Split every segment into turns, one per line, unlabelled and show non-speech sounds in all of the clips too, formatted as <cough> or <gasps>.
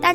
大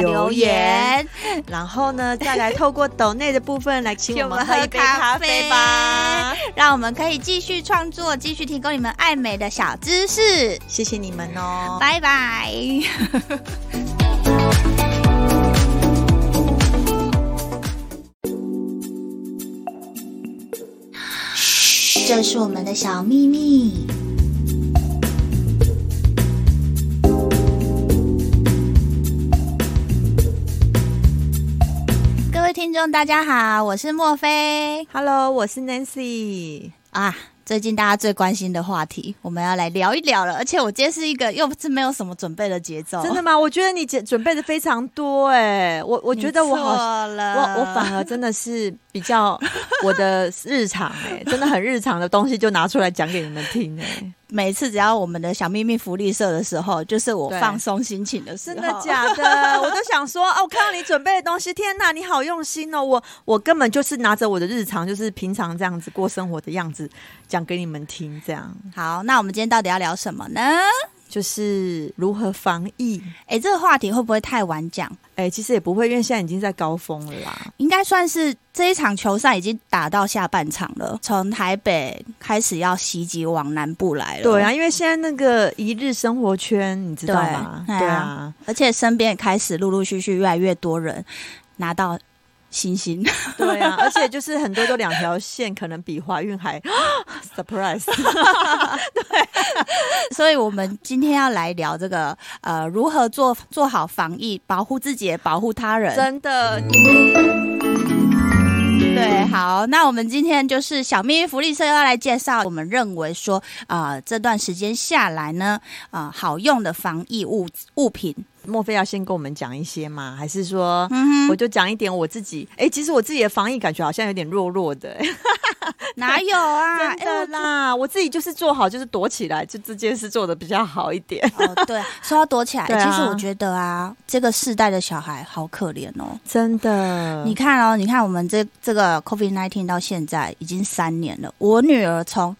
留言，
然后呢，再来透过抖内的部分来请我们喝一杯
请我们喝
咖
咖啡
啡吧。
让我们可以继续创作，继续提供你们爱美的小知识。
谢谢你们哦，
拜拜。这是我们的小秘密。各位听众，大家好，我是莫菲
Hello，我是 Nancy。
啊。最近大家最关心的话题，我们要来聊一聊了。而且我今天是一个又不是没有什么准备的节奏，
真的吗？我觉得你准准备的非常多哎、我我
你
觉得我好
错了，
我我反而真的是比较我的日常哎、
<laughs>
真的很日常的东西就拿出来讲给你们听哎、
每次只要我们的小秘密福利社的时候，就是我
对
放松心情的时候。
真的假 <laughs> 的？我都想说哦，我看到你准备的东西，天哪，你好用心哦！我我根本就是拿着我的日常，就是平常这样子过生活的样子讲给你们听，这样
好，那我们今天到底要聊什么呢？
就是如何防疫。
哎、这个话题会不会太晚讲？
哎、其实也不会，因为现在已经在高峰了啦。
应该算是这一场球赛已经打到下半场了，从台北开始要袭击往南部来了。
对啊，，因为现在那个一日生活圈，你知道
对
吗？
哎呀
对啊，
而且身边也开始陆陆续续越来越多人拿到星星。 <laughs>
对啊， <laughs> 而且就是很多都两条线，可能比怀孕还 <gasps> surprise。
所以我们今天要来聊这个呃，如何做做好防疫，保护自己，也保护他人。
<laughs> 真的，
对，好，那我们今天就是小秘密福利社要来介绍，我们认为说啊、呃这段时间下来呢，啊、好用的防疫物物品。
莫非要先跟我们讲一些吗？还是说，
嗯
我
哼，
就讲一点我自己，哎、其实我自己的防疫感觉好像有点弱弱的、诶
哪有啊？
真的啦，我自己就是做好就是躲起来，就这件事做的比较好一点，
哎我哦，对，说要躲起来、
<laughs> 对啊
其实我觉得啊，这个世代的小孩好可怜哦。
真的
你看哦，你看我们这这个 COVID nineteen 到现在已经三年了。我女儿从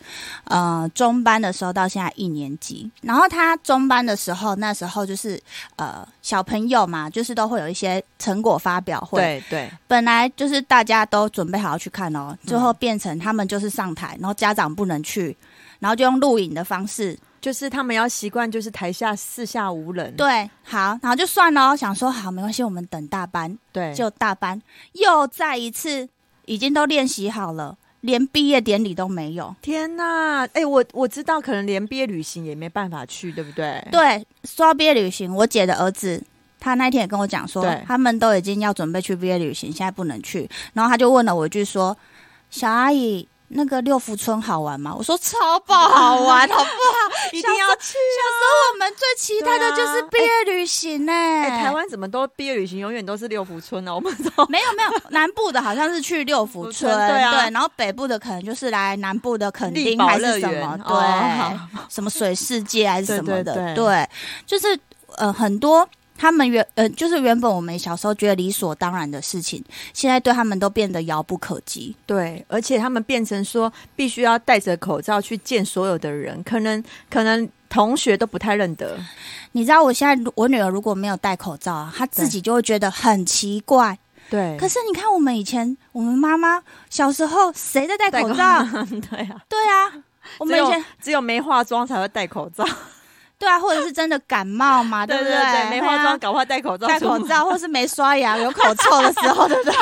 呃中班的时候到现在一年级，然后她中班的时候，那时候就是呃小朋友嘛，就是都会有一些成果发表会。
对对，
本来就是大家都准备好要去看哦，最后变成他们就是上台，然后家长不能去，然后就用录影的方式
就是他们要习惯，就是台下四下无人，
对，好，然后就算了哦，想说好没关系，我们等大班，
对，
就大班又再一次，已经都练习好了，连毕业典礼都没有。
天呐，哎、我我知道，可能连毕业旅行也没办法去，对不对？
对，说到毕业旅行，我姐的儿子。他那天也跟我讲说
对，
他们都已经要准备去毕业旅行，现在不能去。然后他就问了我一句说：“小阿姨，那个六福村好玩吗？”我说：“超爆好
<laughs>
玩，好不好？
一定要去。
我们最期待的
对
就
啊
是毕业旅行呢、
哎、台湾怎么都毕业旅行永远都是六福村啊呢、我们都
没有没有，南部的好像是去六福村，
福村对啊
然后北部的可能就是来南部的垦
力
丁
宝
还
乐
是什
园
么，对，
哦
什么水世界还是什么的，
对对对
就是呃很多。他们原呃，就是原本我们小时候觉得理所当然的事情，现在对他们都变得遥不可及。
对，而且他们变成说必须要戴着口罩去见所有的人，可能可能同学都不太认得。
你知道，我现在如我女儿如果没有戴口罩啊，她自己就会觉得很奇怪。
对
可是你看，我们以前，我们妈妈小时候谁在戴
戴
口
口 <laughs>
罩？ <laughs>
对啊，
对啊，我们以前
只有没化妆才会戴口罩， <laughs>
对啊，或者是真的感冒嘛，
对
不
对对，没化
对啊
妆搞坏戴口罩，
戴口，罩，或是没刷牙、有口臭的时候，对不
<laughs>
对？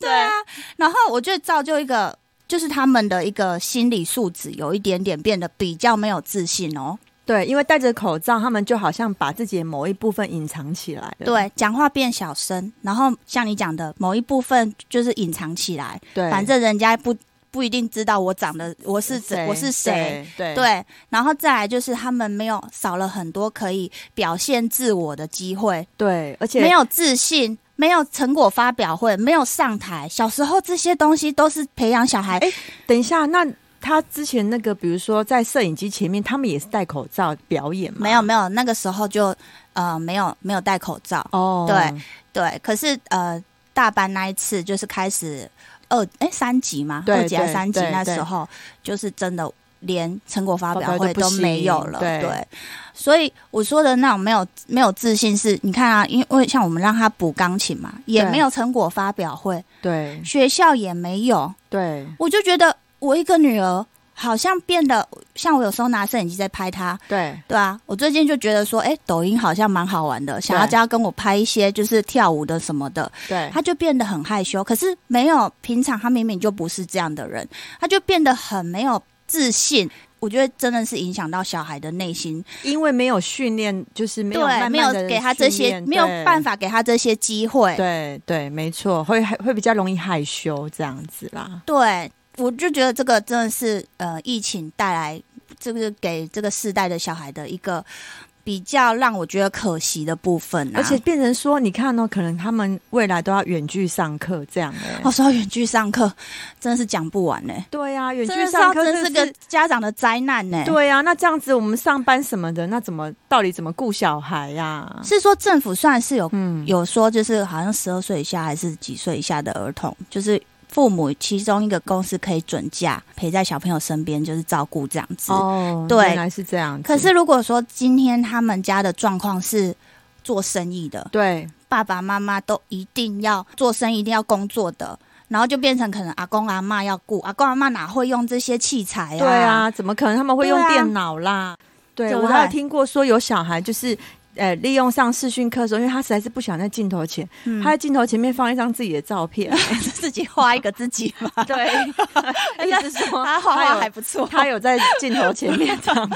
对啊。然后我觉得造就一个，就是他们的一个心理素质有一点点变得比较没有自信哦。
对，因为戴着口罩，他们就好像把自己的某一部分隐藏起来了。
对，讲话变小声，然后像你讲的某一部分就是隐藏起来，
对，
反正人家不不一定知道我长得我是怎我是谁。，
对对
对，然后再来就是他们没有少了很多可以表现自我的机会，
对，而且
没有自信，没有成果发表会，没有上台。小时候这些东西都是培养小孩。
哎等一下，那他之前那个，比如说在摄影机前面，他们也是戴口罩表演吗？
没有没有，那个时候就呃没有没有戴口罩，
哦，
对对。可是呃大班那一次就是开始二哎三级嘛，
对
二级还
对
是三级
对
那
对
时候就是真的连成果发
发
表
表
会
都不
都没有
行
了，
对
对。所以我说的那种没有没有自信是，你看啊，因为像我们让他补钢琴嘛，也
对
没有成果发表会，
对
学校也没有，
对
我就觉得我一个女儿好像变得像我有时候拿摄影机在拍她，
对
对啊，我最近就觉得说，哎、抖音好像蛮好玩的，想要叫她跟我拍一些就是跳舞的什么的，
对，
她就变得很害羞。可是没有，平常她明明就不是这样的人，她就变得很没有自信。我觉得真的是影响到小孩的内心，
因为没有训练，就是没有
对，
慢
没
慢
有
地
给他这
训
些，
练
没有
对
办法给他这些机会，
对对，没错，会害会比较容易害羞这样子啦。
对，我就觉得这个真的是呃，疫情带来这个给这个世代的小孩的一个比较让我觉得可惜的部分、啊，
而且变成说，你看哦，可能他们未来都要远距上课这样哎、
我哦说到远距上课真的是讲不完呢、
对呀、远
真
距
的是
上课
真是
这
个家长的灾难呢、，
对呀、那这样子我们上班什么的，那怎么到底怎么顾小孩呀、
是说政府虽然是有
嗯，
有说，就是好像十二岁以下还是几岁以下的儿童，就是。父母其中一个公司可以准假陪在小朋友身边，就是照顾这样子。
哦，
对
原来是这样子。
可是如果说今天他们家的状况是做生意的，
对
爸爸妈妈都一定要做生意，一定要工作的，然后就变成可能阿公阿妈要顾，阿公阿妈哪会用这些器材啊？
对，啊，怎么可能他们会用
对啊
电脑啦？对
对不
我还有
对
听过说有小孩就是。呃，利用上视讯课的时候，因为他实在是不想在镜头前，
嗯
他在镜头前面放一张自己的照片，
自己画一个自己嘛，
<laughs> 对， <laughs> 一直
<laughs>
说
他画
他
画
有
还不错，
他有在镜头前面这样，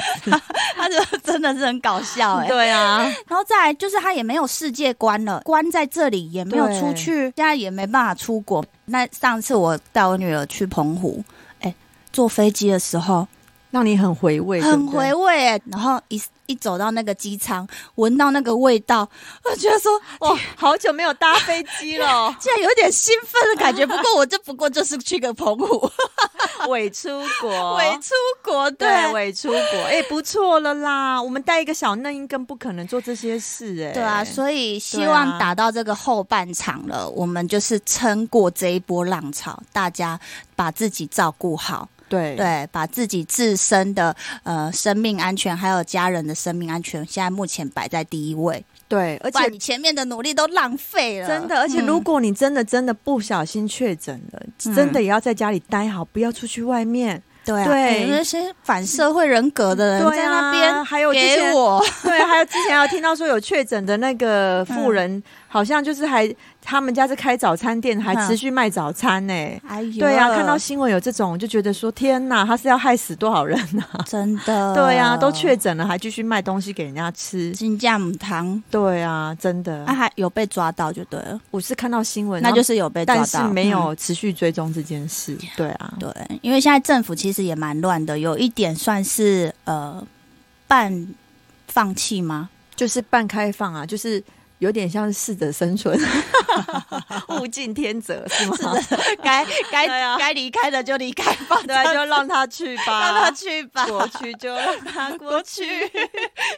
他就 <laughs> 真的是很搞笑哎、
<laughs> 对啊，
<laughs> 然后再来就是他也没有世界观了，关在这里也没有
对
出去，现在也没办法出国。那上次我带我女儿去澎湖，哎、坐飞机的时候，
让你很回味，对
很
不
回
对 <laughs>
味哎、然后一一走到那个机舱，闻到那个味道，我觉得说哇，，
哦好久没有搭飞机了 <laughs>
竟然有点兴奋的感觉。不过我这不过就是去个澎
<laughs>
湖，
伪出国，
伪出国对。
哦对伪出国，哎，不错了啦。我们带一个小嫩婴更不可能做这些事，哎，
对啊，所以希
对啊
望打到这个后半场了，我们就是撑过这一波浪潮，大家把自己照顾好，
对
对，把自己自身的呃生命安全，还有家人的生命安全，现在目前摆在第一位，
对，而
而
且
你前面的努力都浪费了，
真的，而且如果你真的真的不小心确诊了，
嗯
真的也要在家里待好，不要出去外面。
对啊，
对
有那些反社会人格的人嗯
对
在那
啊，
边
还有之前
给我，
<laughs> 对，还有之前有听到说有确诊的那个富人，
嗯
好像就是还他们家是开早餐店，还
嗯
持续卖早餐呢、
哎呦，
对啊，看到新闻有这种，我就觉得说天哪，他是要害死多少人呢、
<laughs> 真的，
对啊，都确诊了还继续卖东西给人家吃。
金价母汤，
对啊，真的，
啊，还有被抓到就对了，
我是看到新闻，
那就是是有被抓到，
但是没
嗯
有持续追踪这件事。对啊，
对，因为现在政府其实也蛮乱的，有一点算是呃半放弃
<laughs>
吗？
就是半开放啊，就是有点像是适者生存， <laughs> 物竞天择是吗？
该该
对啊
该离开的就离开吧， <laughs>
对啊，就让他去吧，
让他去吧。
过去就让他过去。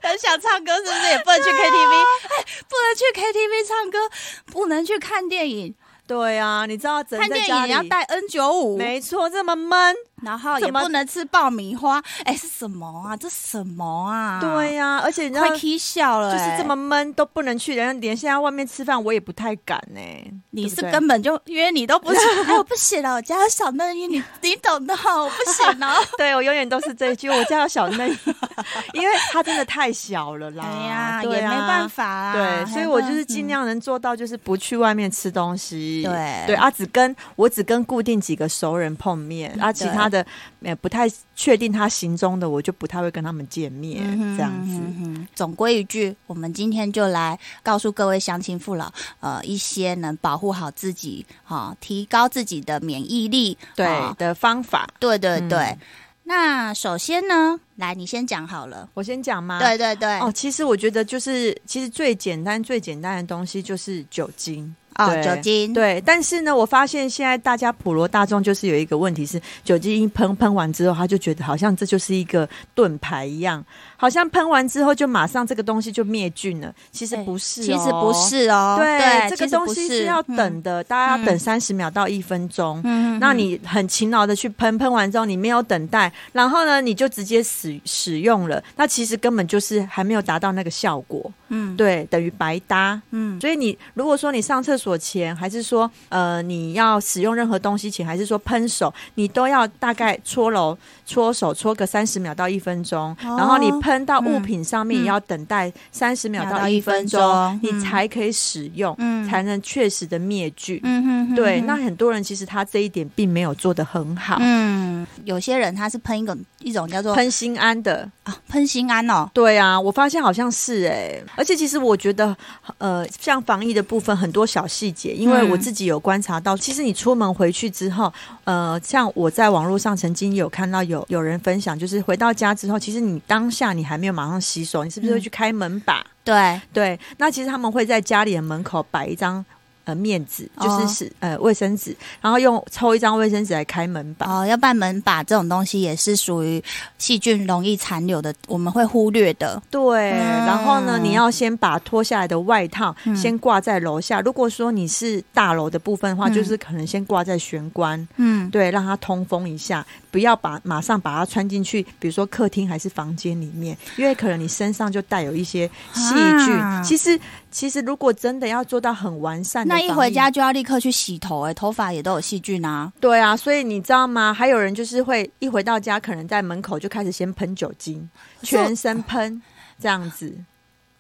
很想唱歌，是不是也不能去
啊
KTV？哎、不能去 KTV 唱歌，不能去看电影，
<laughs> 对啊，你知道整
看
在
电
家
影
里
要戴 N 九五，
没错，这么闷。
然后
怎
也
么
不能吃爆米花。哎、是什么啊？这什么啊？
对、呀、而且你知道
快。踢笑了、
就是
哎
这么闷都不能去，人家连现在外面吃饭我也不太敢欸呢、
你是
对不对
根本就约你都不是，哎，我不行了，我家有小嫩婴，你你懂的，我不行哦了。
<laughs> 对我永远都是这一句，我叫小嫩， <laughs> 因为他真的太小了 <laughs> 啦，
哎呀，
对
也
啊
没办法啊。
对，所以我就是尽
嗯
量能做到，就是不去外面吃东西。
对
对啊，只跟我只跟固定几个熟人碰面，啊，其
对
他的呃不太确定他行踪的，我就不太会跟他们见面
嗯哼
这样子。
嗯哼总归一句，我们今天就来告诉各位乡亲父老，呃，一些能保护好自己，哈、提高自己的免疫力。
对
哦
的方法，
对对
嗯
对。那首先呢，来，你先讲好了。
我先讲吗？。哦
对对对，
哦，其实我觉得就是，其实最简单、最简单的东西就是酒精。
哦哦，
对
酒精，
对，但是呢，我发现现在大家普罗大众就是有一个问题是，酒精一喷喷完之后，他就觉得好像这就是一个盾牌一样，好像喷完之后就马上这个东西就灭菌了。其实
哎
不是、哦，
其实不。是哦，
对，这
其
个
实不嗯
东西是要等的，大家要等三十秒到一分钟。
嗯，嗯
那你很勤劳的去喷，喷完之后你没有等待，然后呢你就直接使使用了，那其实根本就是还没有达到那个效果，
嗯
对，等于白搭。
嗯
所以你如果说你上厕所前，还是说呃你要使用任何东西前，还是说喷手，你都要大概搓揉、搓手搓个三十秒到一分钟，
哦
然后你喷到物
嗯
品上
嗯
面也要等待三十秒
秒
到
到
一
1
分
分
钟，
钟
你
嗯
才可以使用，
嗯
才能确实的灭菌。
嗯哼哼
对，
哼
那很多人其实他这一点并没有做得很好，
嗯，有些人他是喷一个一种叫做
喷心安的，
啊喷心安哦，
对啊，我发现好像是哎、而且其实我觉得，呃，像防疫的部分很多小细节，因为
嗯
我自己有观察到，其实你出门回去之后，呃，像我在网络上曾经有看到有有人分享，就是回到家之后，其实你当下你还没有马上洗手，你是
嗯
不是会去开门把？
对，
对，那其实他们会在家里的门口摆一张呃面纸，就是
哦
是、呃卫生纸，然后用抽一张卫生纸来开门把。
哦，要办门把这种东西也是属于细菌容易残留的，我们会忽略的。
对，
嗯
然后呢，你要先把脱下来的外套
嗯
先挂在楼下。如果说你是大楼的部分的话，
嗯
就是可能先挂在玄关，
嗯，
对，让它通风一下，不要把马上把它穿进去，比如说客厅还是房间里面，因为可能你身上就带有一些细菌。
啊
其实，其实如果真的要做到很完善的，
那一回家。就要立刻去洗头、哎，头发也都有细菌啊。
对啊，所以你知道吗？还有人就是会一回到家，可能在门口就开始先喷酒精，
是我
全身喷这样子。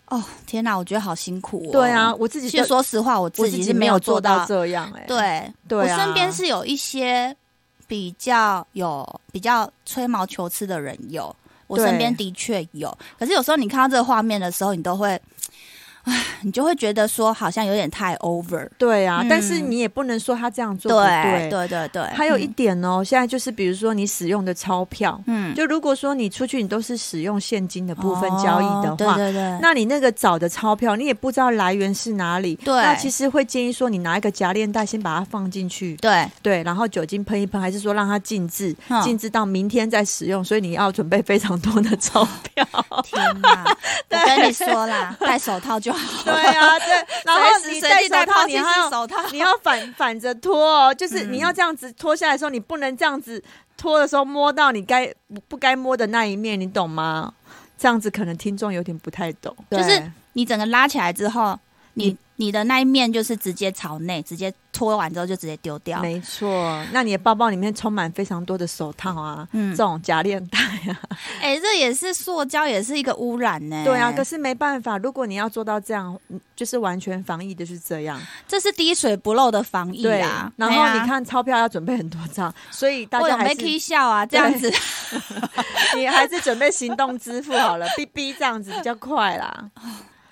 哦，天哪，我觉得好辛苦哦。
对啊，，我自己
其
都
实说实话，我
我
自
自
己
己
是
没有
有
做
到哎
到。这样、欸，
对，
对
我
啊
身边是有一些比较有比较吹毛求疵的人有，我
对
身边的确有。可是有时候你看到这个画面的时候，你都会，唉，你就会觉得说好像有点太 over。
对啊、
嗯
但是你也不能说他这样做不
对
对。
对对对，
还有一
嗯
点哦、现在就是比如说你使用的钞票，
嗯
就如果说你出去你都是使用现金的部分交易的话。
哦对对对，
那你那个找的钞票，你也不知道来源是哪里。
对
那其实会建议说，你拿一个夹链袋，先把它放进去，
对，
对，然后酒精喷一喷，还是说让它静置，
哼
静置到明天再使用。所以你要准备非常多的钞
<laughs>
票。
天
<laughs>
哪！我跟你说啦，戴手套就好，
对啊，对， <laughs> 然后
随
你
时随地
戴
戴
手套，
泡
你
进
还要
式手套。
你要反 <laughs> 反着脱哦，就是
嗯
你要这样子脱下来的时候，你不能这样子脱的时候摸到你该不不该摸的那一面，你懂吗？这样子可能听众有点不太懂，
就是
对
你整个拉起来之后，你你的那一面就是直接朝内，直接脱完之后就直接丢掉。
没错。那你的包包里面充满非常多的手套啊，
嗯
这，种夹链带
<laughs>
啊，
哎、这也是塑胶，也是一个污染呢、
对啊。可是没办法，如果你要做到这样，嗯就是完全防疫的是这样，
这是滴水不漏的防疫
对
啊。
然
哎
后
呀
你，看钞票要准备很多张，所以大
我
家
有
还
没
是
K 笑啊？这样子，
<laughs> 你还是准备行动支付好了，B B 这样子比较快啦。
<laughs>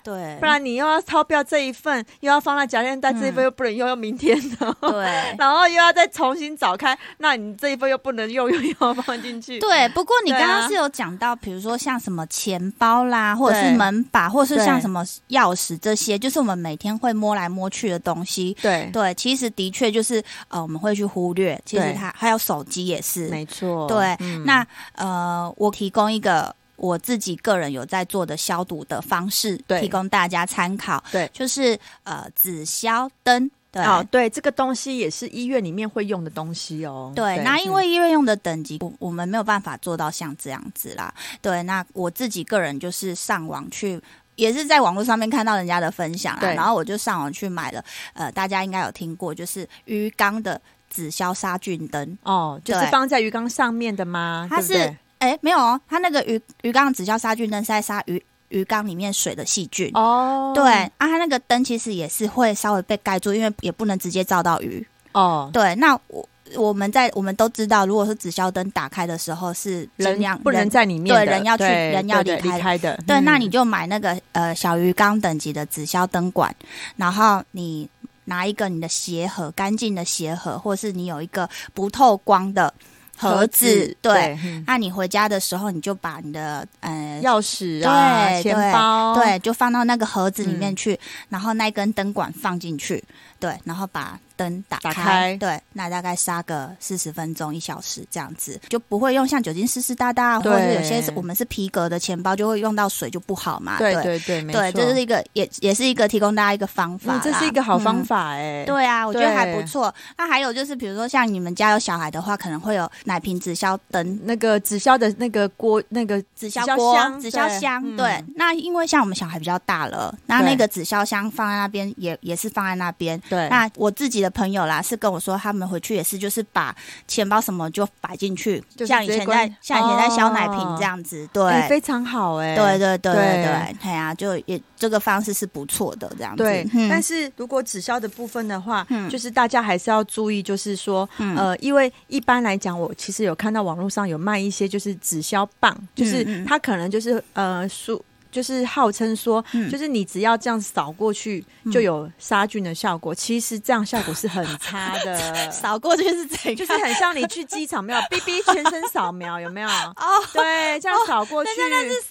对，
不然你又要钞票这一份，又要放在夹链袋这一
嗯
份，又不能用，用明天的，
<laughs> 对。
<laughs> 然后又要再重新找开，那你这一份又不能用，又要放进去。
对，不过你
对啊
刚刚是有讲到，比如说像什么钱包啦，或者
对
是门把，或者是像
对
什么钥匙这些，就是我们每天会摸来摸去的东西。
对
对，其实的确就是呃，我们会去忽略，其
对
实它还有手机也是。
没错。
对，
嗯
那呃，我提供一个我自己个人有在做的消毒的方式，
对
提供大家参考。
对
就是呃，紫消灯。对。
哦，对，这个东西也是医院里面会用的东西哦。
对，那因
嗯
为医院用的等级，我我们没有办法做到像这样子啦。对，那我自己个人就是上网去。也是在网络上面看到人家的分享啦，
对
然后我就上网去买了。呃，大家应该有听过，就是鱼缸的紫消杀菌灯。
哦，就是
对
放在鱼缸上面的吗？
它
对不
是
对
哎，没有哦，它那个鱼鱼缸的紫消杀菌灯是在杀鱼鱼缸里面水的细菌。
哦，
对啊，它那个灯其实也是会稍微被盖住，因为也不能直接照到鱼。
哦，
对，那我我们在我们都知道，如果是紫消灯打开的时候是尽
人
量
不能
人
在里面
对
的，
人要去
对
人要
对对
离开
离开的。
对，
嗯
那你就买那个呃小鱼缸等级的紫消灯管，然后你拿一个你的鞋盒，干净的鞋盒，或是你有一个不透光的。盒子，对。
对，嗯
那你回家的时候，你就把你的呃
钥匙啊，
对
钱包，
对，就放到那个盒子里
嗯
面去，然后那根灯管放进去，对，然后把灯打
打开
对，那大概杀个四十分钟一小时这样子，就不会用像酒精湿湿哒哒，或
对
者是有些是我们是皮革的钱包就会用到水就不好嘛，
对
对
对对，没错
对，，这就是一个也也是一个提供大家一个方法
嗯
啦，
这是一个好方
嗯
法哎，
对啊，我觉得还
对
不错。那还有就是，比如说像你们家有小孩的话，可能会有奶瓶直销灯、
那个纸销的那个锅，那个
纸销
纸销
锅
箱、
纸销
对
箱。
嗯
对，那因为像我们小孩比较大了，那
对
那个纸销箱放在那边也也是放在那边。
对，
那我自己的朋友啦，是跟我说，他们回去也是，就是把钱包什么就摆进去，
就是
像以
直接
前
关
在像以前在削奶瓶
哦
这样子，对，
哎非常好哎，
对对对对
对
对，哎呀、就也这个方式是不错的，这样子。
对，
嗯
但是如果纸销的部分的话，
嗯
就是大家还是要注意，就是说，
嗯
呃，因为一般来讲，我其实有看到网络上有卖一些就是纸销棒，就是
嗯
它可能就是呃说就是号称说，
嗯
就是你只要这样扫过去
嗯。
就有杀菌的效果，其实这样效果是很差的
<laughs> 扫过去是怎样？
就是很像你去机场没
<laughs>
有 B B 全身扫描有没有？
哦，
对，这样扫过去。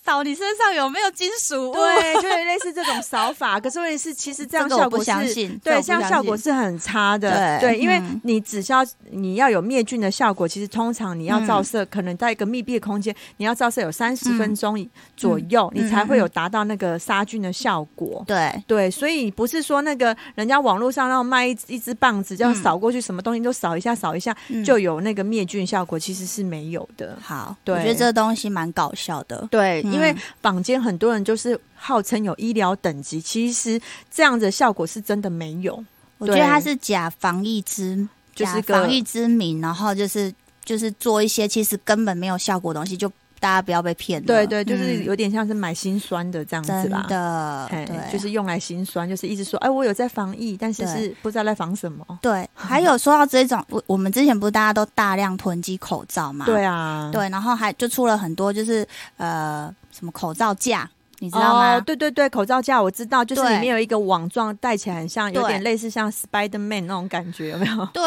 扫你身上有没有金属物？
对，就是类似这种扫法。可是问题是，其实这样
这个
效
我
果
不
是，
相信这个
对，
我不
这样
相
效果
信
是很差的。
对
因为
嗯
你只需要你要有灭菌的效果，其实通常你要照射，可能在一个密闭的空间，你要照射有三十
嗯
分钟左右，
嗯
你才会有达到那个杀菌的效果。
对
对，所以不是说那个人家网络上让卖一一支棒子，这样
嗯
扫过去，什么东西都扫一下扫一下，
嗯
就有那个灭菌效果，其实是没有的。
好，
对
我觉得这东西蛮搞笑的。
对，
嗯
因为坊间很多人就是号称有医疗等级，其实这样的效果是真的没有。
我觉得它是假防疫之，
就是
假
个
防疫之名，然后就是就是做一些其实根本没有效果的东西，就大家不要被骗了。
对对，就是
嗯
有点像是买心酸的这样子
真
吧。
的，
嘿
对，
就是用来心酸，就是一直说，哎，我有在防疫，但是
对
是不知道在防什么。 <laughs>
对。还有说到这种，我我们之前不是大家都大量囤积口罩嘛？
对啊，
对，然后还就出了很多就是呃什么口罩架，你
你
知道吗？
哦对对对，口罩架我知道，就是
对
里面有一个网状，戴起来很像，有
对
点类似像 Spider Man 那种感觉，有没有？
对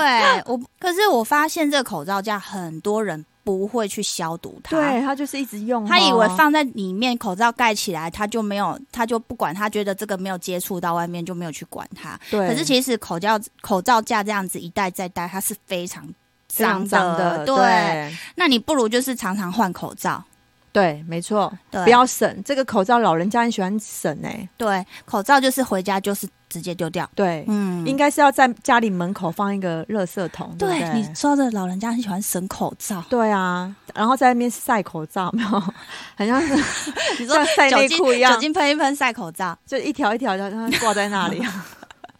我，可是我发现这个口罩架很多人不会去消毒它。
对，他就是一直用哦，
他以为放在里面，口罩盖起来，他就没有，他就不管，他觉得这个没有接触到外面，就没有去管它。
对，
可是其实口罩口罩架这样子一戴再戴，它是非常
非常
脏
脏
的。
的，
对，
对
那你不如就是常常换口罩。
对，没错。
对，
不要省这个口罩，老人家很喜欢省哎、
对口罩就是回家就是直接丢掉。
对，
嗯，
应该是要在家里门口放一个垃圾桶，对不
对
对
你说的老人家很喜欢省口罩，
对啊，然后在那边晒口罩， <laughs> 没有，好像是
<laughs> 你说
像晒
酒
内
精
裤一
酒
样，
精喷一喷晒口罩。
就一条一条的让它挂在那里。啊
<laughs>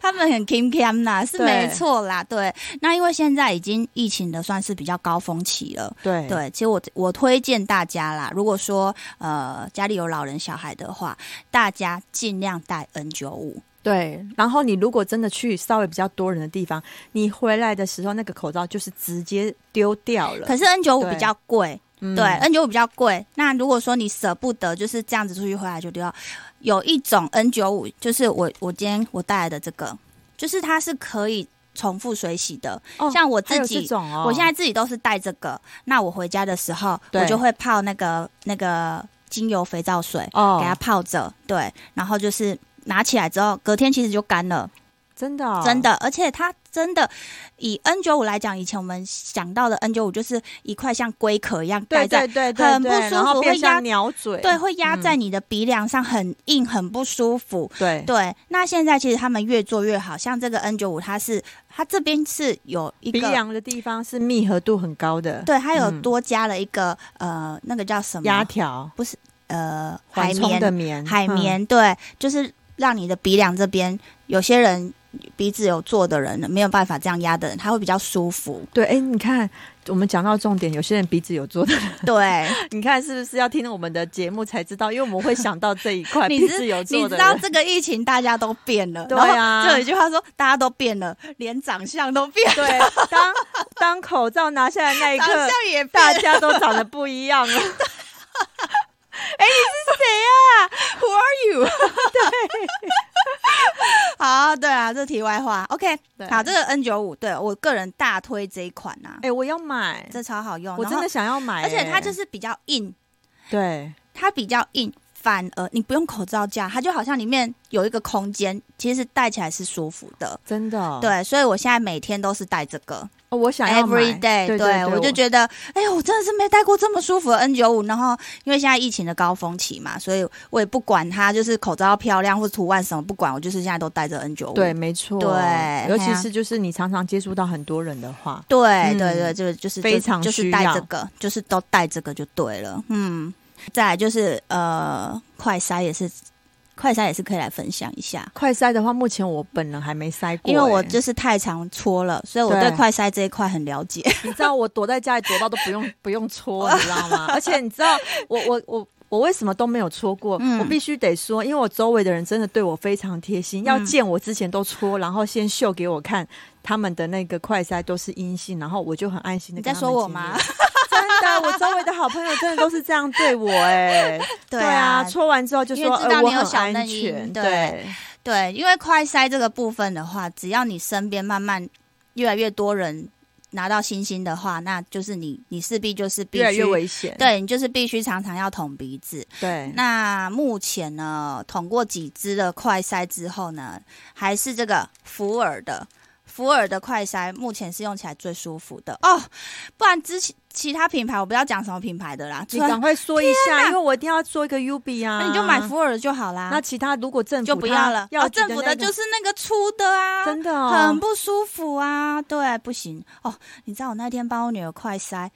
他们很 Kim Kim 啦，是
对
没错啦，对。那因为现在已经疫情的算是比较高峰期了，
对
对。其实我我推荐大家啦，如果说呃家里有老人小孩的话，大家尽量戴 N 九五，
对，然后你如果真的去稍微比较多人的地方，你回来的时候那个口罩就是直接丢掉了。
可是 N 九五
对
比较贵，
嗯
对，N 九五比较贵。那如果说你舍不得就是这样子出去回来就丢掉，有一种 N 九五就是我我今天我带来的这个，就是它是可以重复水洗的，
哦
像我自
还有这
己。
种哦，
我现在自己都是带这个，那我回家的时候，
对
我就会泡那个那个精油肥皂水，
哦，
给它泡着，对，然后就是拿起来之后，隔天其实就干了，
真的哦
真的，而且它真的以 N 九五来讲，以前我们想到的 N 九五就是一块像龟壳一样戴
对
在。
对对对，
很不
对
舒
然后
服
变
会压
像鸟嘴，
对，会压在你的鼻梁上，很硬，很不舒服。
对
对，那现在其实他们越做越好，像这个 N 九五，它是它这边是有一
鼻
个
梁的地方是密合度很高的，
对，它有
嗯
多加了一个、呃，那个叫什么
压条
呃海
缓冲
绵
的棉，
海
嗯，。
绵，对，就是让你的鼻梁这边，有些人鼻子有做的人没有办法这样压的人，他会比较舒服
对，哎，你看，我们讲到重点，有些人鼻子有做的， <laughs>
对，
你看是不是要听我们的节目才知道？因为我们会想到这一
<laughs>
块
你
鼻
知
子有
你
做
知
的
道
人，
这个疫情大家都变了，
对
然
啊
后就有一句话说大家都变了，连长相都变，
对，当当口罩拿下来那一
长相
刻，
也变
大
了，
家都长得不一样 <laughs> 了。
啊，Who are you？对，好，对啊，啦，这题外话。OK，
对
好，这个 N 九五，对我个人大推这一款呐、
哎、我要买，
这超好用，
我
哦
真
然后，
的想要买、
而且它就是是比较硬，
对，
它比较硬，反而你不用口罩架，它就好像里面有一个空间，其实戴起来是舒服的。
真的、哦，
对，所以我现在每天都是戴这个
哦，我想要买
，every day，
对对，
我就觉得，哎呦，我真的是没戴过这么舒服的 N 九五。然后，因为现在疫情的高峰期嘛，所以我也不管它，就是口罩漂亮或图案什么不管，我就是现在都戴着 N 九五。
对，没错，
对
尤
嘿
其
啊
是就是你常常接触到很多人的话，
对、
嗯
对对，就就是
非
就
常
就是
需
带
要
这个，就是都带这个就对了。嗯，再来就是呃，快筛也是，快筛也是可以来分享一下，
快筛的话，目前我本人还没筛过、
因为我
哎
就是太常搓了，所以我
对
对快筛这一块很了解。
你知道我躲在家里躲到都
<laughs>
不用不用搓，你知道吗？而且你知道我我我。我为什么都没有搓过？
嗯
我必须得说，因为我周围的人真的对我非常贴心。要
嗯
见我之前都搓，然后先秀给我看他们的那个快筛都是阴性，然后我就很安心
<laughs>
的。
你在说我吗？？
真的，我周围的好朋友真的都是这样对我哎、
对
啊，
啊，
搓完之后就
因
说，
为知道
呃、我
你有
很
小
安
嫩音
全，
对
对
对，因为快筛这个部分的话，只要你身边慢慢越来越多人拿到星星的话，那就是你你势必就是必
越来
须
越危险。
对你就是必须常常要捅鼻子。
对，
那目前呢，捅过几支的快筛之后呢，还是这个福尔的福尔的快筛，目前是用起来最舒服的哦。不然之前其他品牌我不要讲什么品牌的啦，
你
除了
赶快说一下，因为我一定要做一个 UB 啊。
那你就买福尔就好啦，
那其他如果政府
就不要了。
要
哦，政府的就是是那个粗的啊，
真的、哦、
很不舒服啊。对，不行哦。你知道我那天帮我女儿快筛，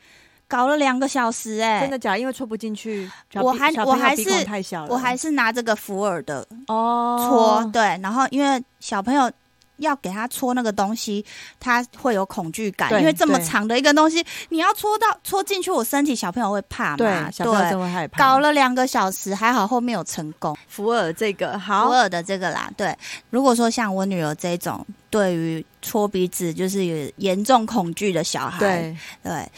搞了两个小时哎、
真的假的因为戳不进去，小
我
鼻
还
小朋友
我还
鼻孔
是
太小了，
我还是拿这个福尔的搓，
哦
对，然后因为小朋友要给他搓那个东西，他会有恐惧感，
对
因为这么
对
长的一个东西，你要搓到搓进去我身体，小朋友会怕嘛
对，，小朋友真
对。
会害怕。
搞了两个小时，还好后面有成功。
福尔这个
偶
好，
尔的这个啦，对。如果说像我女儿这种对于搓鼻子就是有严重恐惧的小孩，
对，
对，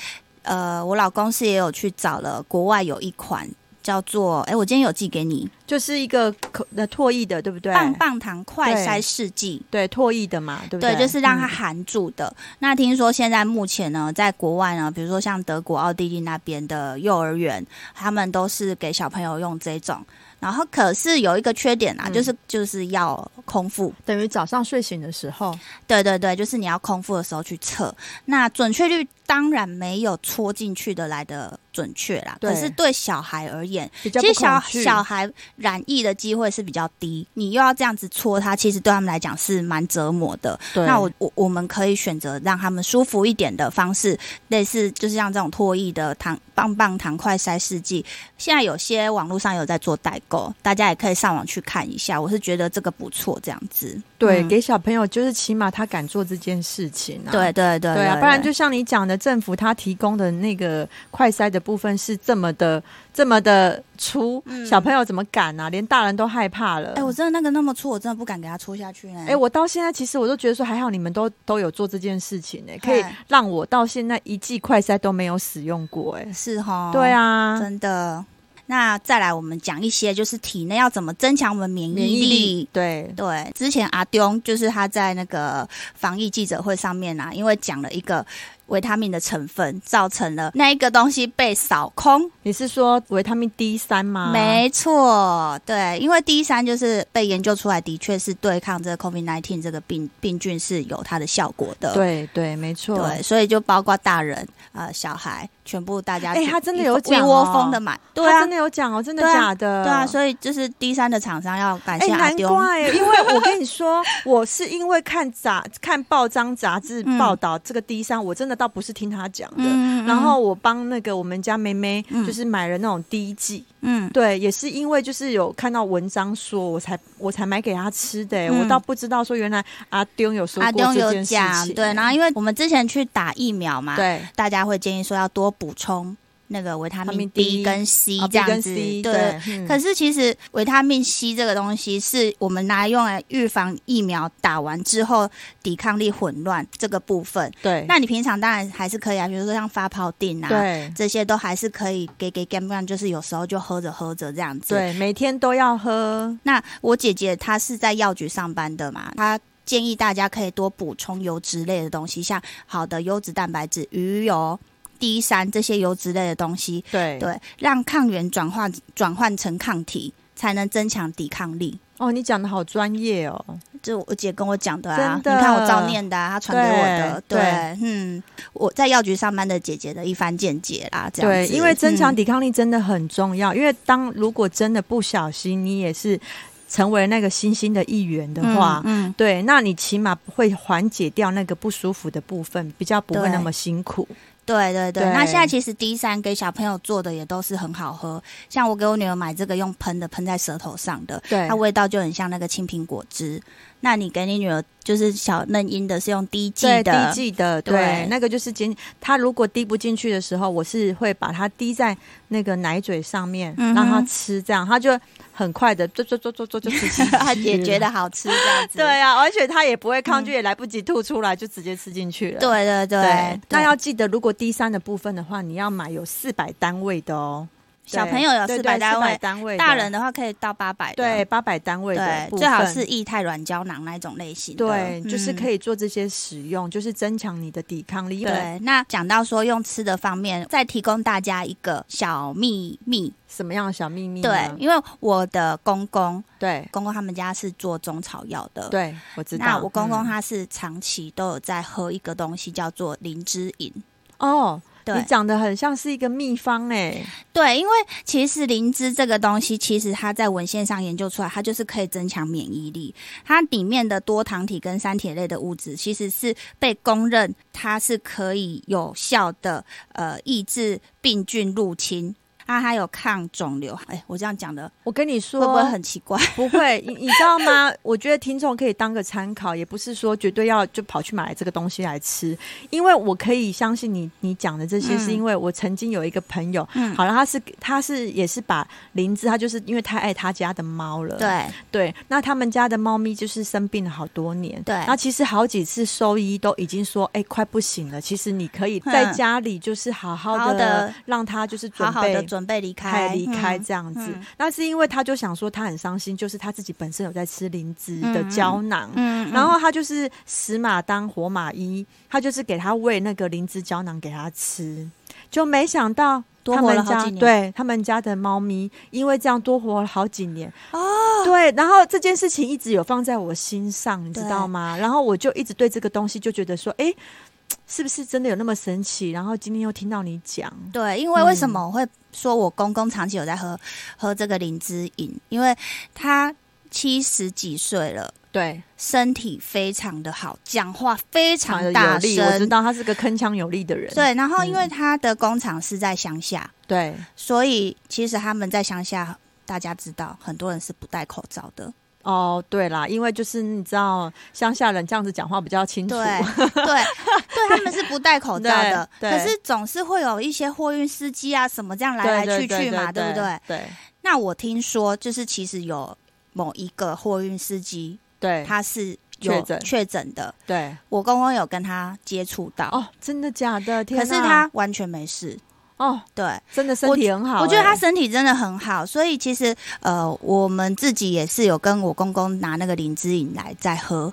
呃，我老公是也有去找了国外有一款叫做，哎，我今天有寄给你，
就是一个口呃唾液的，对不对？
棒棒糖快
对
筛试剂。
对唾液的嘛，对不
对，就是让它
嗯
含住的。那听说现在目前呢，在国外呢，比如说像德国、奥地利那边的幼儿园，他们都是给小朋友用这种。然后可是有一个缺点啊，
嗯
就是就是要空腹。
等于早上睡醒的时候，
对对对，就是你要空腹的时候去测。那准确率当然没有戳进去的来的准确啦。
对
可是对小孩而言，
比较
其实
不
小
恐惧
小孩染疫的机会是比较低，你又要这样子戳他，其实对他们来讲是蛮折磨的。
对
那我我我们可以选择让他们舒服一点的方式，类似就是像这种唾液的糖棒棒糖快筛试剂，现在有些网络上有在做代购，大家也可以上网去看一下。我是觉得这个不错，这样子。
对
嗯
给小朋友就是起码他敢做这件事情啊，
对对对
对啊，不然就像你讲的，政府它提供的那个快筛的部分是这么的、这么的粗，
嗯
小朋友怎么敢啊？连大人都害怕了。
哎、我真的那个那么粗，我真的不敢给他戳下去呢。
哎、我到现在其实我都觉得说，还好你们都都有做这件事情、哎，可以
嗨
让我到现在一剂快筛都没有使用过、哎，
是哈，
对，啊，
哦真的。那再来，我们讲一些就是体内要怎么增强我们免疫力。
对
对，之前阿东就是他在那个防疫记者会上面啊，因为讲了一个维他命的成分，造成了那一个东西被扫空。
你是说维他命 D 三吗？
没错，对，因为 D 三就是被研究出来，的确是对抗这个 COVID nineteen 这个病病菌是有它的效果的。
对对，没错。
对，所以就包括大人呃小孩，全部大家
哎
就
他真的
一
有
一
讲
窝
哦
蜂的买。对
他
啊
真，的有讲哦，真的
对啊
假的？
对啊，所以就是 D 三的厂商要感
哎、
谢阿
难
东。
怪，因为我跟你说，我是因为看杂看报章杂志
嗯
报道这个 D 三，我真的倒不是听他讲的。
嗯
然后我帮那个我们家妹妹，
嗯
就是买了那种滴剂，
嗯，
对，也是因为就是有看到文章说，我才我才买给她吃的、
嗯
我倒不知道说原来阿丢有说
阿
过
东
这
啊有
件事
讲，
情。
对，然后因为我们之前去打疫苗嘛，
对啊
大家会建议说要多补充那个维他
他
命
命 D
D 跟 C
啊
这
B
样
跟
子，
C
对。
嗯
可是其实维他命 C 这个东西是我们拿来用来预防疫苗打完之后抵抗力混乱这个部分。
对
那你平常当然还是可以啊，比如说像发泡定啊，
对
这些都还是可以给给 Game Run，就是有时候就喝着喝着这样子。
对，每天都要喝。
那我姐姐她是在药局上班的嘛，她建议大家可以多补充油脂类的东西，像好的优质蛋白质、鱼油、D 三这些油脂类的东西，
对
对，让抗原转化转换成抗体，才能增强抵抗力。
哦，你讲的好专业哦。
这我姐跟我讲的啊，
真的
你看我照念的、啊，她传给我的，
对
对，
对
嗯，我在药局上班的姐姐的一番见解啦，这样
对，
子
因为增强
嗯
抵抗力真的很重要。因为当如果真的不小心，你也是成为那个新兴的一员的话，
嗯嗯
对，那你起码会缓解掉那个不舒服的部分，比较不会
对
那么辛苦。
对对对，
对
那现在其实 D 三给小朋友做的也都是很好喝，像我给我女儿买这个用喷的喷在舌头上的，
对
它味道就很像那个青苹果汁。那你给你女儿就是小嫩音的，是用滴剂
对，
的，
滴剂的，
对
对，那个就是仅它如果滴不进去的时候，我是会把它滴在那个奶嘴上面，
嗯哼
让它吃，这样它就很快的做做做做做就吃进去
她 <laughs> 也觉
了。
得好吃这样子。
<laughs> 对啊，而且它也不会抗拒，也来不及吐出来，就直接吃进去了。
对对对对，
那要记得，如果 D 三的部分的话，你要买有四百单位的哦，
小朋友有
对
四
对
百单
400
位，
单位的，
大人的话可以到八百。
对八百单位的
对，
部分，
最好是液态软胶囊那一种类型的。嗯
对，就是
以。
可以做这些使用，就是增强你的抵抗力。因为
对，那讲到说用吃的方面，再提供大家一个小秘密。
什么样的小秘密呢？
对，因为我的公公
对
公公他们家是做中草药的，。
对，我知道。
那我公公
嗯
他是长期都有在喝一个东西叫做灵芝饮，
哦，你
对
讲的很像是一个秘方哎，
对，因为其实灵芝这个东西，其实它在文献上研究出来，它就是可以增强免疫力。它里面的多糖体跟三铁类的物质，其实是被公认它是可以有效的呃抑制病菌入侵。啊，还有抗肿瘤，哎，我这样讲的
我跟你说，
会不会很奇怪？
不会，你你知道吗？ <laughs> 我觉得听众可以当个参考，也不是说绝对要就跑去买这个东西来吃，因为我可以相信你你讲的这些，
嗯
是因为我曾经有一个朋友，
嗯
好了，他是他是也是把灵芝，他就是因为太爱他家的猫了，
对
对，那他们家的猫咪就是生病了好多年，
对
那其实好几次兽医都已经说，哎、快不行了，其实你可以在
嗯
家里就是好好
好
的
的
让它就是准
好
备
好的准备离开，
离开
嗯
这样子。
嗯
那是因为他就想说他很伤心，就是他自己本身有在吃灵芝的胶囊。
嗯，
然后他就是死马当活马医，他就是给他喂那个灵芝胶囊给他吃，就没想到
多
他
活了
们
好
家
几年
对他们家的猫咪，因为这样多活了好几年哦。对，然后这件事情一直有放在我心上，你知道吗？然后我就一直对这个东西就觉得说，哎，是不是真的有那么神奇？然后今天又听到你讲，
对，因为为什么我会说我公公长期有在喝喝这个灵芝饮？因为他七十几岁了，
对，
身体非常的好，讲话非
强的
常
有
大
力，我知
声。
道他是个铿锵有力的人。
对，然后因为他的工厂是在乡下，
对
所以其实他们在乡下，大家知道很多人是不戴口罩的。
哦，对啦，因为就是你知道乡下人这样子讲话比较清楚
对，
<laughs>
对对，他们是不戴口罩 <laughs> 的。
对
可
对
是总是会有一些货运司机啊什么这样
对
来来去
对对
去嘛，对
对
不对？？
对
那我听说，就是其实有某一个货运司机，
对，
他是
确
有
诊
确诊的，
对
我公公有跟他接触到，
哦，真的假的？天
可
哪
是他完全没事。
哦，
对，
真的身体很好欸、
我觉得他身体真的很好，所以其实呃，我们自己也是有跟我公公拿那个灵芝饮来在喝。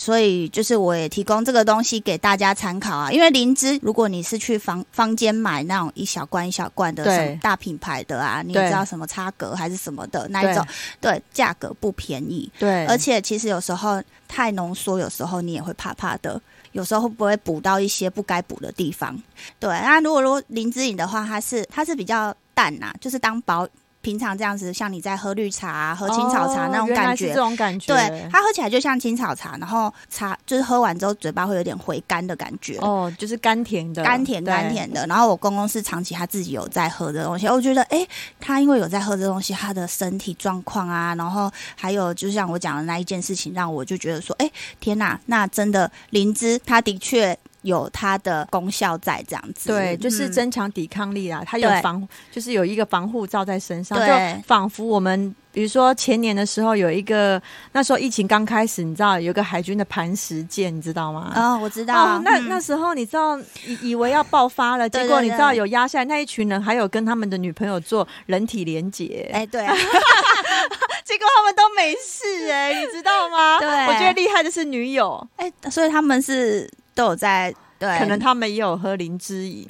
所以就是我也提供这个东西给大家参考啊，因为灵芝，如果你是去房坊间买那种一小罐一小罐的
对
什么大品牌的啊，你也
对
知道什么差格还是什么的那一种，对，价格不便宜。
对，
而且其实有时候太浓缩，有时候你也会怕怕的。有时候会不会补到一些不该补的地方？对，那如果如果林志颖的话，它是它是比较淡呐、就是当薄平常这样子，像你在喝绿茶、啊、喝青草茶
哦
那种
原来
感
是
觉。
这种感觉，
对，。它喝起来就像青草茶，然后茶就是喝完之后嘴巴会有点回甘的感觉。
哦，就是甘甜的，
甘甜
对
甘，甜的。然后我公公是长期他自己有在喝这东西，我觉得诶，他因为有在喝这东西，他的身体状况啊，然后还有就像我讲的那一件事情，让我就觉得说，诶，天哪，那真的灵芝，它的确有它的功效在这样子，
对，就是
嗯
增强抵抗力啊啦。它有
对
防，就是有一个防护罩在身上，
对
就仿佛我们，比如说前年的时候有一个，那时候疫情刚开始，你知道有一个海军的磐石舰，你知道吗？
哦，我知道，
哦，那
嗯
那时候你知道以以为要爆发了，
对
结果
对
你
对
知道有压下来那一群人，还有跟他们的女朋友做人体连结，
哎、对啊，
结果他们都没 <laughs> 事哎、你知道吗？
对
我觉得厉害的是女友，
哎、所以他们是都有在对，
可能他们也有喝灵芝饮，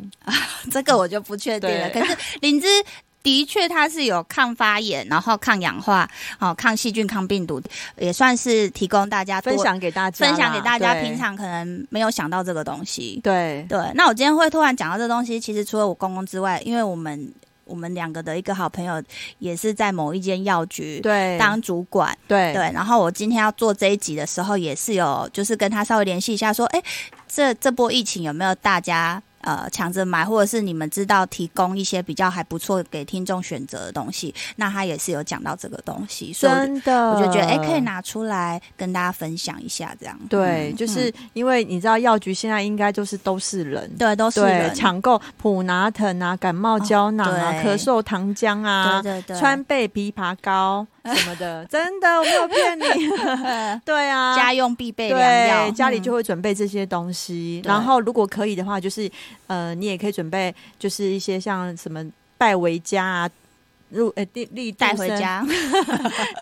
这个我就不确定了。
嗯对
可是灵芝的确它是有抗发炎，然后抗氧化，哦，抗细菌、抗病毒，也算是提供大家多
分享给大家啦，
分享给大家。
对
平常可能没有想到这个东西。
对
对，那我今天会突然讲到这东西，其实除了我公公之外，因为我们我们两个的一个好朋友也是在某一间药局
对
当主管，
对
对，然后我今天要做这一集的时候，也是有就是跟他稍微联系一下，说，哎，这这波疫情有没有大家呃抢着买，或者是你们知道提供一些比较还不错给听众选择的东西？那他也是有讲到这个东西，所以我就
真的，
我就觉得，哎，可以。拿出来跟大家分享一下，这样。
对，
嗯
就是
嗯
因为你知道药局现在应该就是都是人，
对，都是
对
人，
抢购普拿疼啊、感冒胶囊啊、
哦对
咳嗽糖浆啊
对、对对，
川贝枇杷膏什么
<laughs>
的，真的我没有骗你。
呃
对啊，
家用必备良药，
对家里就
会
会准备这些东西。
对
然后如果可以的话，就是呃，你也可以准备就是一些像什么拜维家啊。入呃，地立
嗯带回，家，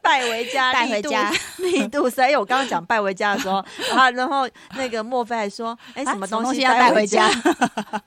拜维家，
带回家，
力度所以我刚刚讲拜维家的
<laughs>
时候，啊，然后那个莫非还说，哎，什么
啊什么
东
东
西
西要带回
家 <laughs>
家？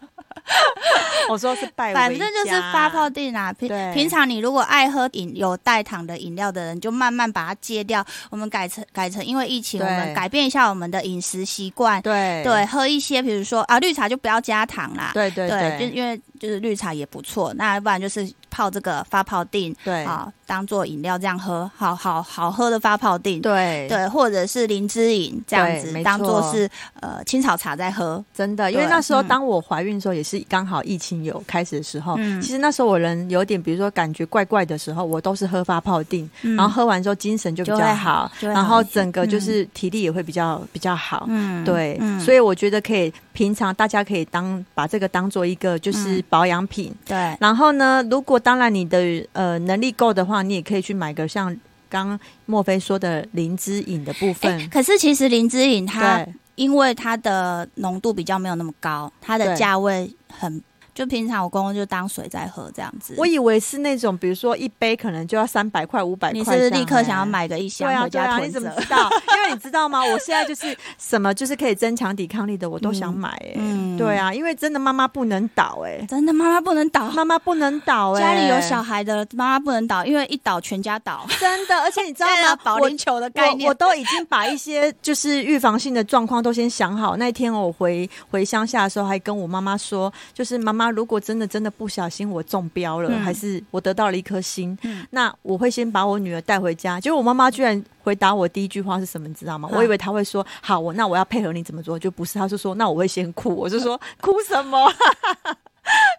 我说是拜维家，
反正就是发泡定啦。平
对
平常你如果爱喝饮有代糖的饮料的人，就慢慢把它戒掉。我们改成改成，因为疫情，
对
我们改变一下我们的饮食习惯。
对
对，喝一些，比如说啊，绿茶就不要加糖啦。
对对
就因为就是绿茶也不错，那要不然就是泡这个发泡定，
对
好当做饮料这样喝，好好好喝的发泡定。
对
对，或者是灵芝饮这样
对
子
没，
当做
错
是呃青草茶在喝。
真的，因为
对
那时候
嗯
当我怀孕的时候，也是刚好疫情有开始的时候。
嗯
哦其实那时候我人有点，比如说感觉怪怪的时候，我都是喝发泡定，
嗯
然后喝完之后精神就比
就
较
会
好，
就会
然
好
后
一些
整个就是体力也会比较比较好。
嗯
对，所
以
以我觉得可以，平常大家可以当把这个当做一个就是
嗯
保养品。
对
然后呢，如果当然你的呃能力够的话，你也可以去买个像刚莫菲说的灵芝饮的部分。
哎，可是其实灵芝饮哎它
对
因为它的浓度比较没有那么高，它的
对
价位很，就平常我公公就当水在喝这样子。
我以为是那种，比如说一杯可能就要三百块、五百块，
你是不是立刻想要？买个一
对
箱
啊，
回
对
家
啊，
囤
你怎么
着？
知道？因为你知道吗？ <laughs> 我现在就是什么就是可以增强抵抗力的，我都想买、哎、
嗯嗯
对啊，因为真的妈妈不能倒、
真的，妈妈不能倒
<laughs> 哎，。妈妈不能倒、哎，
哦家里有小孩的妈妈不能倒，因为一倒全家
<laughs>
倒，
真的，而且你知道
<laughs> 对
吗
啊？保
我
龄球的概
我，
念
我。都已经把一些就是预防性的状况都先想好。那一天我回回乡下的时候，还跟我妈妈说，就是妈妈，如果真的真的不小心我中标了，
嗯
还是我得到了一颗星，
嗯
那我会先把我女儿带回家。结果我妈妈居然回答我第一句话是什么，你知道吗？
嗯
我以为她会说好，我那我要配合你怎么做，就不是，她就说那我会先哭，我就说哭什么？ <laughs>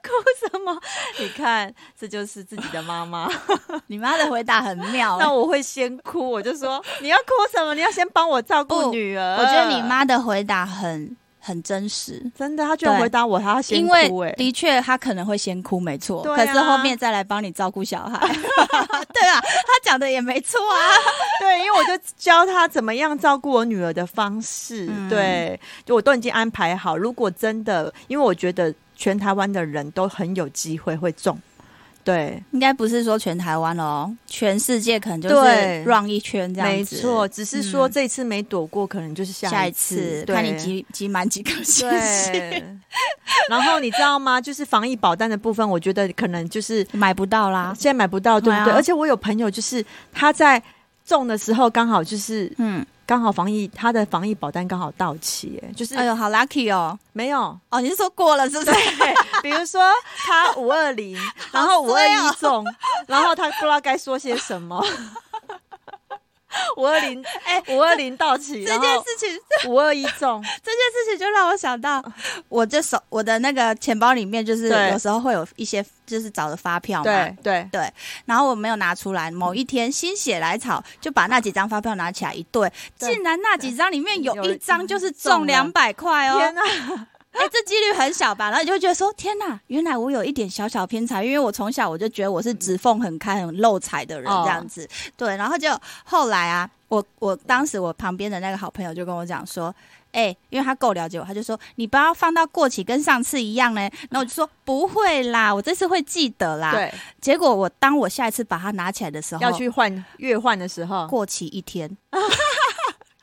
哭什么？ <laughs> 你看，这就是自己的妈妈。
你妈的回答很妙、
<laughs> 那我会先哭，我就说你要哭什么？你要先帮我照顾
不
女儿。
欸我觉得你妈的回答很很真实，
真的，她居然
对
回答我，她要先
因
哭、
为
哎，
的确她可能会先哭，没错，
对啊
可是后面再来帮你照顾小孩。 <laughs> 对啊，她讲的也没错啊。
对，因为我就教她怎么样照顾我女儿的方式，
嗯
对，就我都已经安排好。如果真的，因为我觉得全台湾的人都很有机会会中，对，
应该不是说全台湾哦，全世界可能就是
对
run 一圈这
没
样子，
错，只是说
嗯
这次没躲过，可能就是
下
一
一次
对
看你集集满几颗星星， <laughs>
对，然后你知道吗？就是防疫保单的部分，我觉得可能就是
买不到啦。
现在买不到，对不对？
对啊
而且我有朋友，就是他在中的时候，刚好就是
嗯，
刚好防疫，他的防疫保单刚好到期，哎就是
哎呦，好 lucky 哦！
没有。
哦，你是说过了是 <laughs>
<laughs>
不是？
比如说他五二 <laughs> 零，然后五二
衰哦
一中，然后他不知道该说些什么。五二 <laughs> 零，哎，五二零到期，
这
然
件
后
事情，
五二一 <laughs> 中，
这件事情就让我想到，我这手我的那个钱包里面，就是
对
有时候会有一些就是找的发票嘛，
对对
对，然后我没有拿出来。某一天心血来潮，就把那几张发票拿起来一对，
对
竟然那几张里面有
有
一张就是
中
中
了
两百块哦！
天哪、啊
哎、这几率很小吧？然后你就会觉得说，天哪，原来我有一点小小偏财，因为我从小我就觉得我是指缝很开、很漏财的人
哦
这样子。对，然后就后来啊，我我当时我旁边的那个好朋友就跟我讲说。哎、因为他够了解我，他就说你不要放到过期跟上次一样呢。然后我就说不会啦，我这次会记得啦。，
对，
结果我当我下一次把它拿起来的时候，
要去换月换的时候，
过期一
<laughs>
天，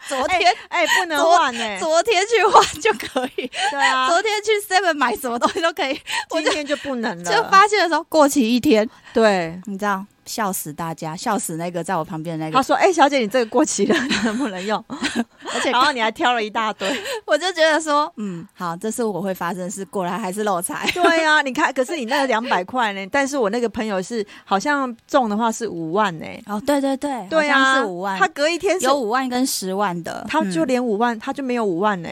昨
哎
天、
哎、不能
昨
换哎、
昨天去换就可以，
对 <laughs> 啊，
昨天去 Seven 买什么东西都可以，我
今
就
天就不能了，
就发现的时候过期一天，
对。
你知道，笑死大家，笑死那个在我旁边的那
他
个，
说：“哎、小姐，你这个过期了， <laughs> 能不能用？
而且
然后你还挑了一大 <laughs> 堆。。
我就觉得说，嗯，好，这是我会发生的事，果然还是漏财
<laughs> 对啊，你看，可是你那个两百块呢？但是我那个朋友是好像中的话是五万呢、
哦，对对对，
对
好
啊，
像是五万
他，隔一天是
有五万跟十万的，
他就
嗯
连五万，他就没有五万 <laughs> 呢、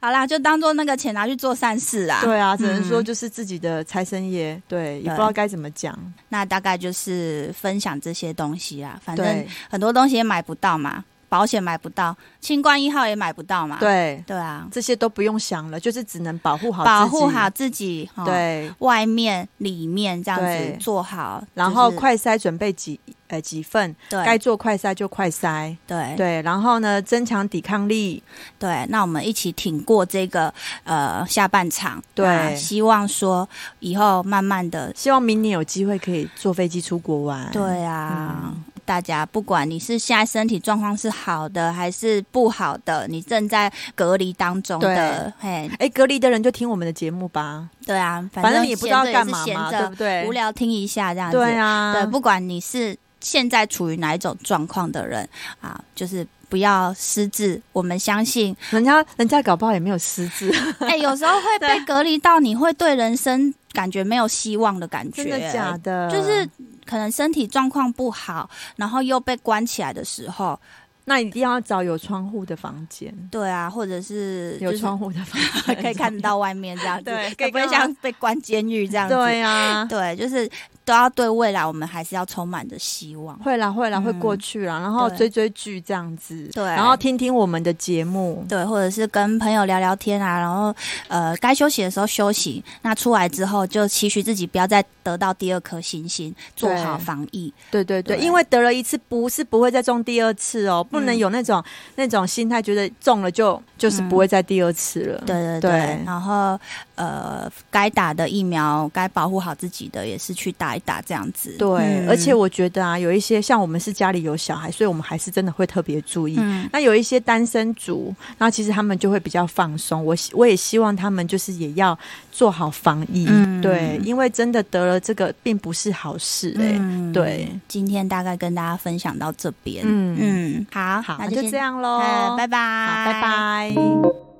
好啦，就当做那个钱拿去做善事啊。
对啊，只能说
嗯
就是自己的财神爷，对，也
对
不知道该怎么讲。
那大概就是分享这些东西啊，反正
对
很多东西也买不到嘛，保险买不到，新冠一号也买不到嘛。
对，
对啊，
这些都不用想了，就是只能保护好
保
自己
护好。自己。哦、。
对，
外面、里面这样
对
子做好，
然后
就是
快筛准备几呃几份，该
对
做快筛就快筛。
对对
对，然后呢，增强抵抗力。
对，那我们一起挺过这个呃下半场。
对
那希望说以后慢慢的，
希望明年有机会可以坐飞机出国玩。
对啊。
嗯
大家不管你是现在身体状况是好的还是不好的，你正在隔离当中的，嘿，
哎，隔离的人就听我们的节目吧，
对啊，
反
正
你也不知道
闲着
干
是
嘛
闲
嘛，对
着
不对？
无聊听一下这样子，
对啊，
对，不管你是现在处于哪一种状况的人啊，就是不要失智。我们相
<laughs>
信，
人家人家搞不好也没有失智，
哎、有时候会被隔离到，你会对人生感觉没有希望的感觉。
真的假？的？
就是可能身体状况不好，然后又被关起来的时候，
那一定要找有窗户的房间，
对啊，或者是
有
就是
窗户的房
<laughs>
间
可以看得。
<laughs>
到外面这样子，
对可以
才不会
看到
像被关监狱这样子。
对呀、
对，啊就是都要对未来，我们还是要充满着希望。
<laughs> 会啦会啦，
嗯
会过去啦，然后
对
追追剧这样子，
对
然后听听我们的节目，
对，或者是跟朋友聊聊天啊，然后呃，该休息的时候休息，那出来之后就期许自己不要再得到第二颗星星，做好防疫。
对对对，
对
因为得了一次不是不会再中第二次哦，不能有那种、那种心态，觉得中了就就是不会再第二次了，
对对对，
嗯对
然后呃，该打的疫苗，该保护好自己的也是去打一打这样子。
对，
嗯
而且我觉得啊，有一些像我们是家里有小孩，所以我们还是真的会特别注意，
嗯，
那有一些单身族，然后其实他们就会比较放松。我希我也希望他们就是也要做好防疫，
嗯
对，因为真的得了这个并不是好事哎、
嗯
对，
今天大概跟大家分享到这边。
嗯
嗯，好，
好，
那
那
就
就
先嗯
这，样喽，
哎拜拜，
好，拜。拜。